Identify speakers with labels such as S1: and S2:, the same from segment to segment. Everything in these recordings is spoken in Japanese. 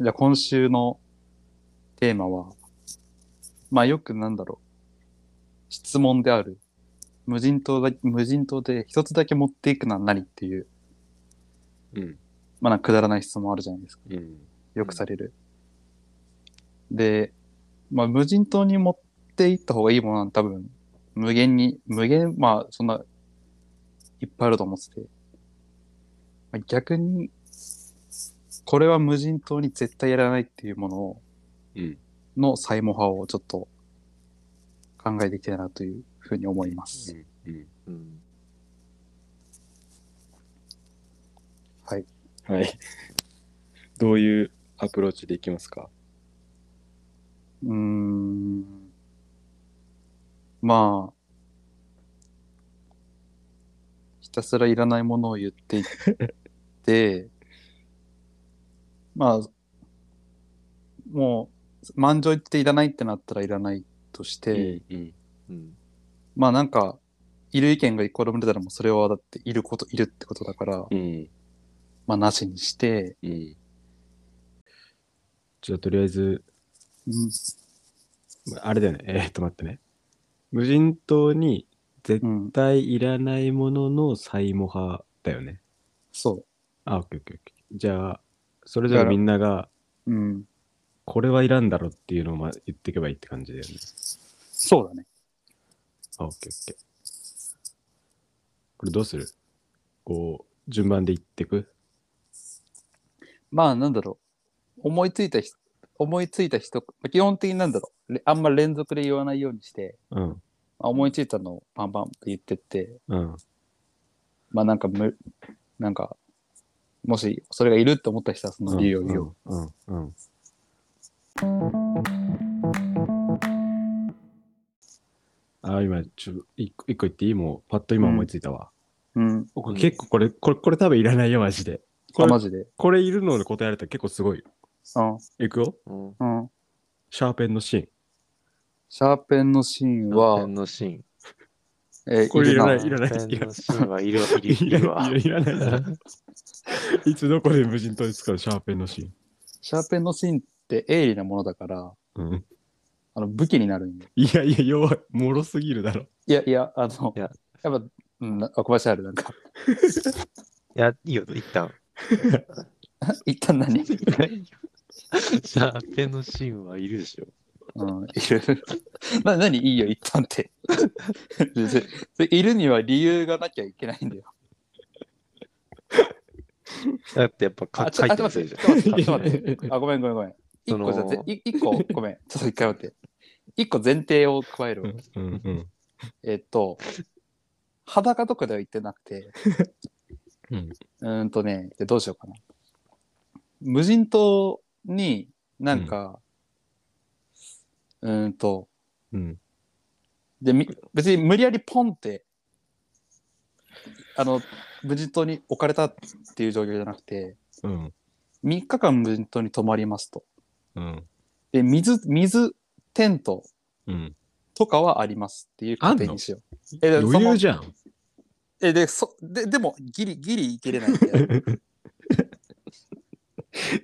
S1: じゃあ今週のテーマは、まあよくなんだろう、質問である、無人島だ無人島で一つだけ持っていくのは何っていう、
S2: うん。
S1: まあなんかくだらない質問あるじゃないですか。
S2: うん。
S1: よくされる。で、まあ無人島に持っていった方がいいものは多分、無限に、無限、まあそんな、いっぱいあると思ってて、まあ逆に、これは無人島に絶対やらないっていうものを、
S2: うん。
S1: のサイモ派をちょっと考えていきたいなというふうに思います。
S2: うん。
S3: うん。
S2: はい。どういうアプローチでいきますか
S1: うーん。まあ、ひたすらいらないものを言っていって、 まあ、もう、満場一致でいらないってなったらいらないとして、
S2: うん。
S3: うん。
S1: まあなんか、いる意見が一個でも出たらもうそれはだっていること、いるってことだから、
S2: うん。
S1: まあなしにして、
S2: うん。
S4: じゃあとりあえず、
S1: うん
S4: あれだよね。えーっと待ってね。無人島に絶
S1: うん、
S4: 対いらないもののサイモ派だよね。
S1: そ
S4: あ、オッケーオッケーオッケー。じゃあ、それぞれみんなが、
S1: う。うん。
S4: これはいらんだろっていうのをま言っていけばいいって感じだよね。
S1: そうだね。
S4: あ、オッケーオッケー。これどうするこう、順番で言ってく
S1: まあ、なんだろう。思いついた人、思いついた人、まあ基本的になんだろう。れあんま連続で言わないようにして、
S4: うん。
S1: まあ思いついたのをバンバンって言ってって、
S4: うん。
S1: まあなんかむ、なんか、もしそれがいるって思った人はその理由を言おう。
S4: うん。うん。うん。あ、今、ちょ、一個一個言っていいもう、パッと今思いついたわ。
S1: うん。
S4: 僕結構これ、これ、これ多分いらないよ、マジで。
S1: あ、
S4: これ
S1: マ、ジで。
S4: これいるので答えられたら結構すごいよ。
S1: うん。
S4: いくよ。
S3: うん。
S1: うん。
S4: シャーペンのシーン。
S1: シャーペンのシーンは、
S3: のシーン。
S1: えー
S4: これいらない、
S1: る
S4: いらない、い
S3: ペン
S4: らな
S3: の
S4: い。
S3: シーンはいるわ、いる
S4: いら
S3: いる
S4: な
S3: わ
S4: い、。いらないじゃん。いつどこで無人島に使うシャーペンのシ
S1: シャーペンのシーンって鋭利なものだから、
S4: ーン。うん。
S1: あの武器になるんよ。
S4: いやいや、弱い。もろすぎるだろ。
S1: いやいや、あの、
S3: い
S1: や
S3: や
S1: っぱ、うん、なあ小林ある、なんか、
S3: い や、いいよ、一旦。
S1: 一旦何
S3: いないよシャーペンのシーンはいるでしょ。
S1: うん、いる。 な、何いいよ、一旦って。 でそそいるには理由がなきゃいけないんだよ。
S3: だってやっぱ
S1: あ、
S3: か
S1: ち
S3: 書
S1: ょ
S3: い
S1: あ
S3: て
S1: ちょっと
S3: る
S1: 待
S3: せ
S1: っ
S3: いじ
S1: て、
S3: ゃ
S1: ちょっと待ってちょっと待って。
S4: う
S1: あ、ごめんごめんごめん。一個じゃ
S3: その、
S1: い一個、ごめん。 ちょっと一回待って。一個前提を加えるわ。
S4: んうん
S1: えっと、裸とかでは言ってなくて、
S4: うん。
S1: うーんとね、でどうしようかな。無人島になんか、うーんと、
S4: うん。
S1: で、み別に無理やりポンって、あの、無人島に置かれたっていう状況じゃなくて、
S4: うん。
S1: 3日間無人島に泊まりますと。
S4: うん。
S1: で、水、水、テント
S4: うん。
S1: と
S4: と
S1: かはありますっていう
S4: あん
S1: 仮定
S4: の
S1: にしよう。えで
S4: 余
S1: その
S4: 裕じゃん。
S1: え、で、そ、で、でも、ギリ、ギリいけれないんだ よ。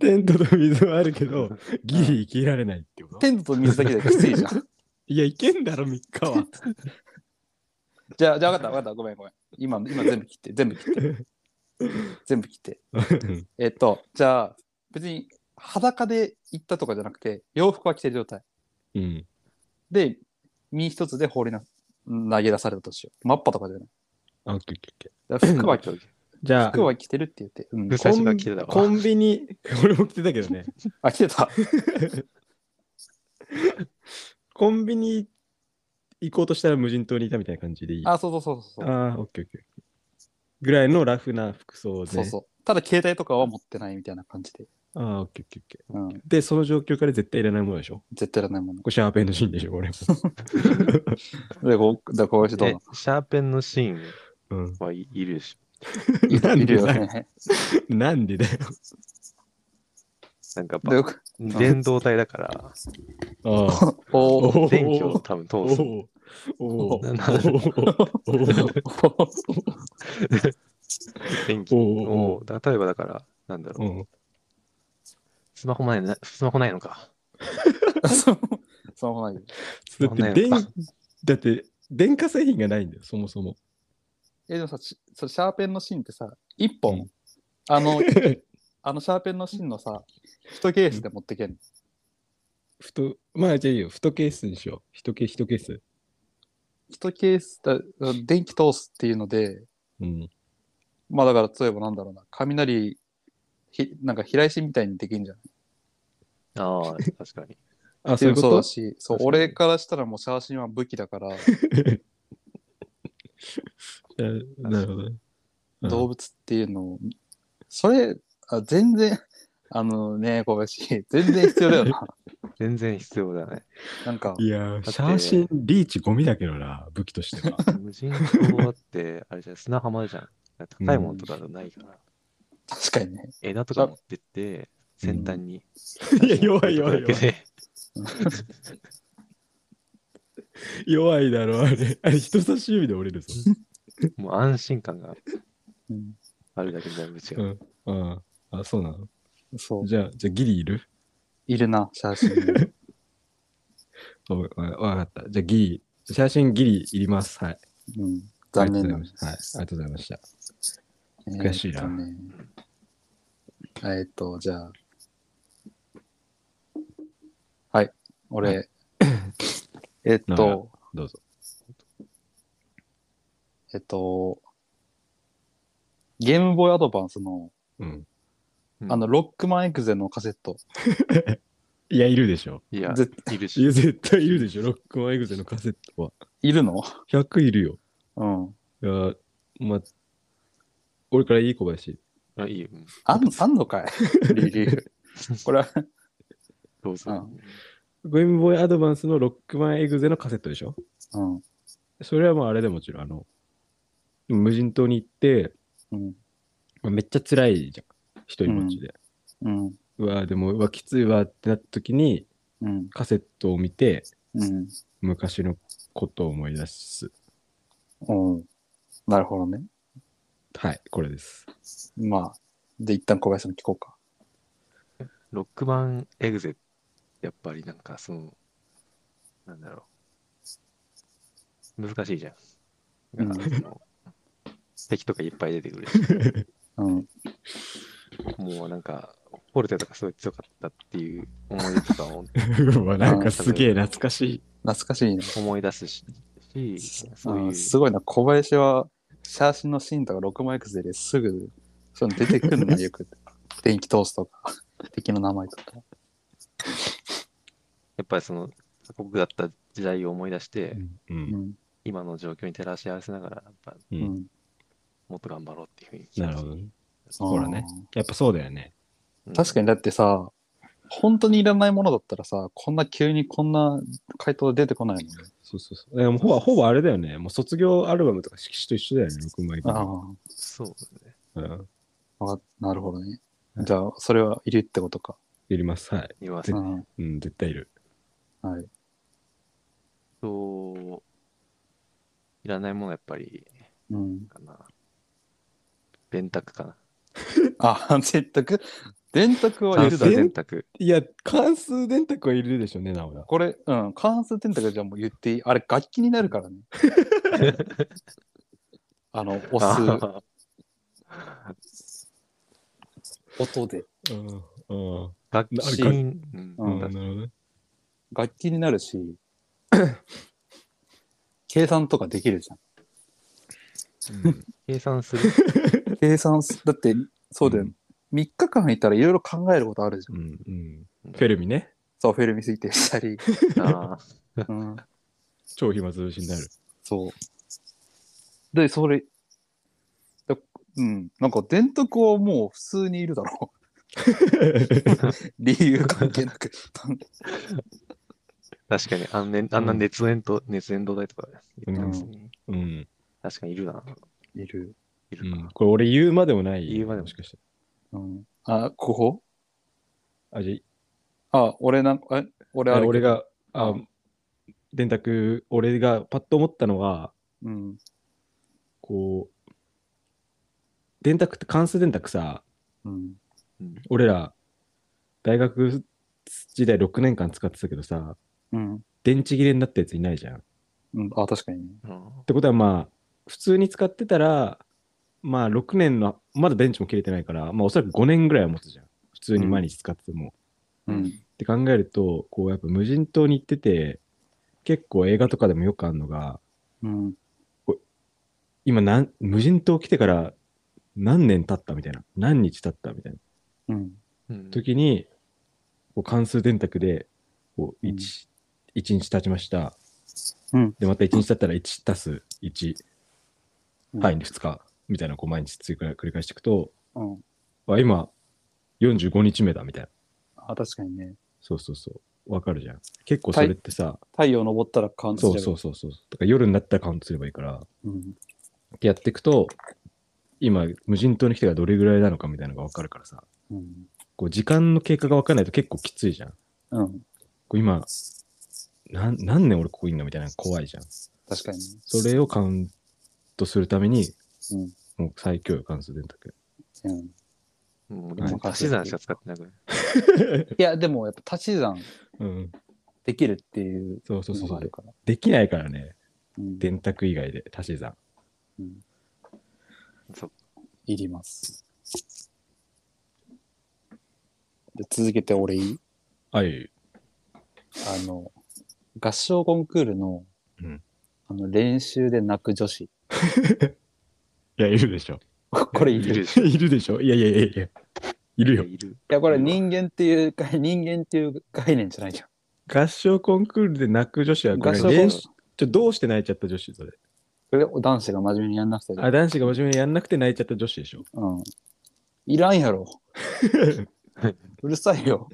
S4: テントと水はあるけど、ギリ生きられないってこと
S1: テントと水だけじゃきつ いじゃん。
S4: いや、いけんだろ、3日は。
S1: じゃあ、じゃあ分かった分かった。ごめんごめん。今、今全部切って、全部切 って。全部切って。えっと、じゃあ、別に裸で行ったとかじゃなくて、洋服は着てる状態。
S4: うん。
S1: で、身一つで放りな投げ出されたとしよう。マッパとかじゃない。
S4: あ、オッケーオッケー
S1: だ
S4: オッケー。
S1: から服は着
S4: じゃあ、
S1: 服は着てるって言って。うん
S3: ん。最初が来てたわ
S4: コンビニ、俺も来てたけどね。
S1: あ、着てた。
S4: コンビニ行こうとしたら無人島にいたみたいな感じでいい。
S1: あ、そうそうそうそうそう。
S4: あー、オッケーオッケー。ぐらいのラフな服装で。
S1: そうそう。ただ、携帯とかは持ってないみたいな感じで。
S4: あー、オッケーオッケーオッケー。
S1: うん。
S4: で、その状況から絶対いらないものでしょ。
S1: 絶対いらないもの。
S4: これシャーペンのシーンでしょ、これ。
S1: で、こう、だからこうしてどう
S3: えシャーペンのシーン
S4: うん。
S3: はいいるでし
S1: な
S4: な
S1: の
S4: ん
S1: いる
S4: で
S1: よ
S4: だよ。
S1: ね。
S4: なんでだよ。
S3: ょ。なんか
S1: で、
S3: やっ
S1: よく
S3: ぱ電動体だから、
S4: あー
S1: おー
S4: おー
S3: 電気を多分
S4: お
S3: 通す。
S4: ーおーおー
S3: なな
S4: おー
S3: 電気
S4: おーお
S3: を、だ例えばだから、なんだろう、
S4: ー
S3: スマホまでな、スマホないのか。
S1: そうスマホない。
S4: だって電、だって、電化製品がないんだよ、そもそも。
S1: え、でもさ、しそシャーペンの芯ってさ、一本、
S4: うん
S1: あの、あのシャーペンの芯のさ、一ケースで持ってけんの。
S4: ふと、まあ、じゃあいいよ、ふとケースにしよう。ひとケース、ひとケース。
S1: 一ケースだ、電気通すっていうので、
S4: うん。
S1: まあだから、例えばなんだろうな、雷、ひなんか飛来芯みたいにできんじゃん。
S3: ああ、 確かに。
S4: あ、
S1: って
S4: そ
S1: い
S4: ういう
S1: のも
S4: うこ
S1: そう
S4: と
S1: だし、そう、
S4: 確かに
S1: 俺からしたらもうシャーシンは武器だから、
S4: あなるほどね。うん
S1: 動物っていうのを、それ、あ全然、あのね、小林、全然必要だよ な。
S3: 全然必要だね。
S1: なんか、
S4: いやー、
S3: て
S4: シャーシン、リーチ、ゴミだけどな、武器としては。
S3: 無人島だって、あれじゃん砂浜じゃん。高いものとかないから。
S1: 確かにね。
S3: 枝とか持ってって、先端に。
S4: いや、弱い弱い
S3: だけ
S4: 弱い。
S3: で。
S4: 弱いだろ、あれ。あれ、人差し指で折れるぞ。
S3: もう安心感が
S1: うん、
S3: あるだけでだいぶ違
S4: う
S3: う。
S4: ん。ああ、あそうなの
S1: そう、
S4: じゃあ、じゃあ、ギリいる
S1: いるな、シャーシン。
S4: おわわかった。じゃあ、ギリ、シャーシンギリいります。 はい。
S1: うん、残念な
S4: ありがとうございましたはい。ありがとうございました。悔しいな
S1: えーっとねえーっと、じゃあ。はい、俺。 えーっ
S4: な
S1: と、
S4: どうぞ。
S1: えーっと、ゲームボーイアドバンスの、
S4: うん。
S3: うん
S1: あの、ロックマンエクゼのカセット。
S4: いや、いるでしょ。
S3: いや、
S1: ぜ
S3: いる
S4: いや、
S3: し。
S4: 絶対いるでしょ。ロックマンエグゼのカセットは。
S1: いるの
S4: 100いるよ。
S1: うん。
S4: いやー、まあ、俺からいい小林。
S3: あ、いいよ。うん
S1: あんあんのかい理由。 これは、
S3: どうぞ。
S1: うん
S4: ゲームボーイアドバンスのロックマンエグゼのカセットでしょ
S1: うん。
S4: それはまああれでもちろん、あの、無人島に行って、
S1: うん。
S4: まあめっちゃ辛いじゃん。一人ぼっちで。
S1: うん。
S4: うわーでも、うわ、きついわってなった時に、
S1: うん。
S4: カセットを見て、
S1: うん。
S4: 昔のことを思い出す。
S1: うん。なるほどね。
S4: はい、これです。
S1: まあ、で、一旦小林さん聞こうか。
S3: ロックマンエグゼ、やっぱりなんかその、なんだろう。難しいじゃん。
S1: うん
S3: なんかその敵とかいっぱい出てくるし、
S1: うん。
S3: もうなんか、フォルテとかすごい強かったっていう思い出とかを
S4: う わ、なんかすげえ懐かしい。
S1: 懐かしいね。
S3: 思い出すし、しそうい
S1: あ
S3: う
S1: ーすごいな、小林は、写真のシーンとか6枚くずですぐ、そういうの出てくるな、よく。電気通すとか、 敵の名前とか。
S3: やっぱりその過酷だった時代を思い出して、
S4: う。
S1: うんん。
S3: 今の状況に照らし合わせながら、やっぱ
S4: う。
S1: うんん。
S3: もっと頑張ろうっていうふうに。
S4: なるほどね。
S1: あー
S4: ほらね。やっぱそうだよね。
S3: うん
S1: 確かに、だってさ、本当にいらないものだったらさ、こんな急にこんな回答出てこないもんね。
S4: そうそうそう。でもほぼほぼあれだよね。もう卒業アルバムとか色紙と一緒だよね、6枚
S1: ああ
S4: 分。
S3: そうだね。
S4: うん。
S1: わかなるほどね。
S4: はい
S1: じゃあ、それはいるってことか。
S4: いります。はい。
S3: 言わせ
S1: う
S3: る
S1: ん。
S4: うん、絶対いる。
S1: はい。
S3: と、いらないものやっぱり、
S1: うん。
S3: かな。電卓かな。
S1: あ、 電卓電卓はい
S3: 関
S1: る
S3: 数
S1: だね。
S4: 電
S3: 電卓。
S4: いや、関数電卓はいるでしょうね、なおだ。
S1: これ、うん、関数電卓じゃもう言っていい。あれ、楽器になるから ね。あの、押す
S3: あ
S1: 音で。
S4: うん。うん。
S3: 楽器。
S4: あれ
S3: うん
S1: うん
S4: なるほどね。
S1: 楽器になるし、 計算とかできるじゃ
S3: 計 算する。
S1: ん。計算す、だって、そうだよ、
S4: う
S1: ね
S4: ん
S1: 3日間いたらいろいろ考えることあるじゃん。
S4: うん。うん。
S3: うん
S4: フェルミね。
S1: そう、フィルム推定した り。
S3: あー
S1: うん、
S4: 超暇つぶしに なる。
S1: そう。で、それ、でうん、なんか電卓はもう普通にいるだろう。理由関係な く。
S3: 確かに、あんねあんな熱演と、熱演動台とか、
S1: うん
S4: うん。
S3: 確かにいるな。
S1: いる。
S3: いうる
S4: ん
S3: な。
S4: これ俺言うまでもない。
S3: 言うまでも
S4: もしかして。
S1: うん、あ、ここ
S4: あ、じゃ
S1: あ、俺なんか、え俺
S4: あ
S1: あ
S4: あ
S1: れ
S4: 俺が、
S1: う
S4: あ
S1: ん、
S4: 電卓、俺がパッと思ったのが、
S1: うん。
S4: こう、電卓って関数電卓さ、
S1: うん。
S3: うん
S4: 俺ら、大学時代6年間使ってたけどさ、
S1: うん。
S4: 電池切れになったやついないじゃん。っ
S1: うん、あ、確かにね。
S3: うん
S4: てことはまあ、普通に使ってたら、まあ6年の、まだ電池も切れてないから、まあおそらく5年ぐらいは持つじゃん。普通に毎日使ってても。
S1: うん。
S4: って考えると、こうやっぱ無人島に行ってて、結構映画とかでもよくあるのが、
S1: うん。
S4: 今なん無人島来てから何年経ったみたいな、何日経ったみたいな
S1: うん。
S3: うん
S4: 時に、こう関数電卓で、こう
S1: うん
S4: 1, 一日経ちました。
S1: うん
S4: で、また1日経ったら1足す1、
S1: うん
S4: はい、2日みたいな、こう毎日つい繰り返していくと、
S1: うん。
S4: あ、今45日目だみたいな。
S1: あ、確かにね。
S4: そうそうそう。わかるじゃん。結構それってさ、
S1: 太陽登ったらカウント。
S4: そうそううそうそう。だから夜になったらカウントすればいいから、
S1: うん。
S4: やっていくと、今、無人島に来てからどれぐらいなのかみたいなのが分かるからさ、
S1: うん。
S4: こう時間の経過が分かんないと結構きついじゃん。
S1: うん。
S4: こう今、なん何年俺ここいんのみたいなのが怖いじゃん。
S1: 確かにね。
S4: それをカウントするために、
S1: うん
S4: もう最強よ、関数電卓。
S1: うん。
S3: もうもう足し算しか使ってなくない
S1: いや、でもやっぱ足し算
S4: うん。
S1: できるっていう
S4: そうそうそ
S1: の
S4: う
S1: が
S4: そ
S1: あ
S4: う
S1: る。から。
S4: できないからね、
S1: うん。
S4: 電卓以外で足し算。
S1: うん
S3: そう
S1: いります。で続けて俺いい
S4: はい。
S1: あの、合唱コンクールの、
S4: うん
S1: あの練習で泣く女 子。
S4: いや、いるでしょ。
S1: これい
S3: いる
S1: る。い
S3: でしょ。
S4: いるでしょ。いやいやいやいや。いるよ。
S3: いる。
S1: や、これ人間っていうか、 人間っていう概念じゃないじゃん。
S4: 合唱コンクールで泣く女子はこれ
S1: 合唱コン
S4: 練習ちょ、どうして泣いちゃった女子それ。
S1: それで男子が真面目にやんなくて。
S4: あ、男子が真面目にやんなくて泣いちゃった女子でしょ。
S1: うん。いらんや ろ。うるさいよ。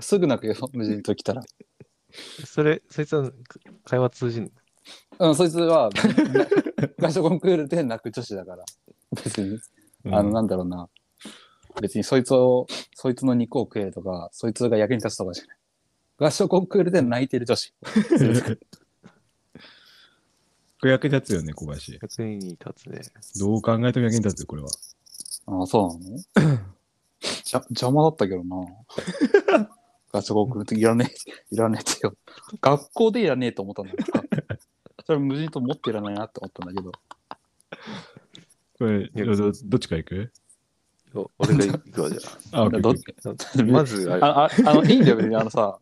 S1: すぐ泣くよ、無人島来たら。
S3: それ、そいつはく会話通じんの
S1: うん、そいつ は、な合唱コンクールで泣く女子だから。別に、あの、
S4: うん
S1: なんだろうな。別にそいつを、そいつの肉を食えるとか、そいつが役に立つとかじゃない。合唱コンクールで泣いてる女子。
S4: これ役に立つよね、小林。
S3: 役に立つね。
S4: どう考えても役に立つよ、これは。
S1: ああ、そうなのじゃ邪魔だったけどな。合唱コンクールの時いらねえ、いらねえってよ。学校でいらねえと思ったんだから。それ無人島持っていらないなって思ったんだけど。
S4: これ、どどどっちから行く
S3: お俺が行くわ、じゃ
S4: あ、
S1: ど
S4: OK
S3: あ。まず、あれ
S1: あああの、いいんだよ、別に。あのさ、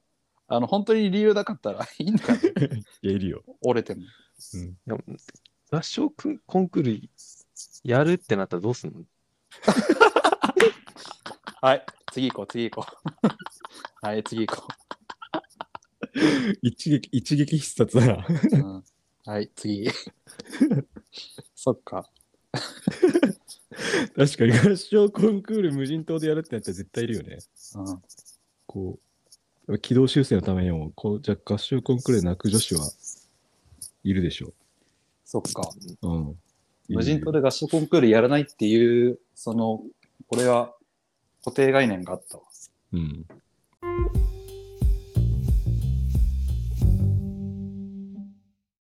S1: あの、本当に理由なかったらいいんだよ。
S4: OK いや、いるよ。
S1: 折れても。
S4: うん、
S3: 合唱くんコンクールやるってなったらどうすんの
S1: はい、次行こう、次行こう。はい、次行こ
S4: 一撃、一撃必殺だな。
S1: う。うん、はい、次。 そっか。
S4: 確かに合唱コンクール無人島でやるってなったら絶対いるよね。
S1: うん、
S4: こう、軌道修正のためにも、こう、じゃあ合唱コンクールで泣く女子はいるでしょ。
S1: そっか。
S4: うん。
S1: 無人島
S4: で。
S1: で合唱コンクールやらないっていう、その、これは固定概念があったわ。
S4: うん。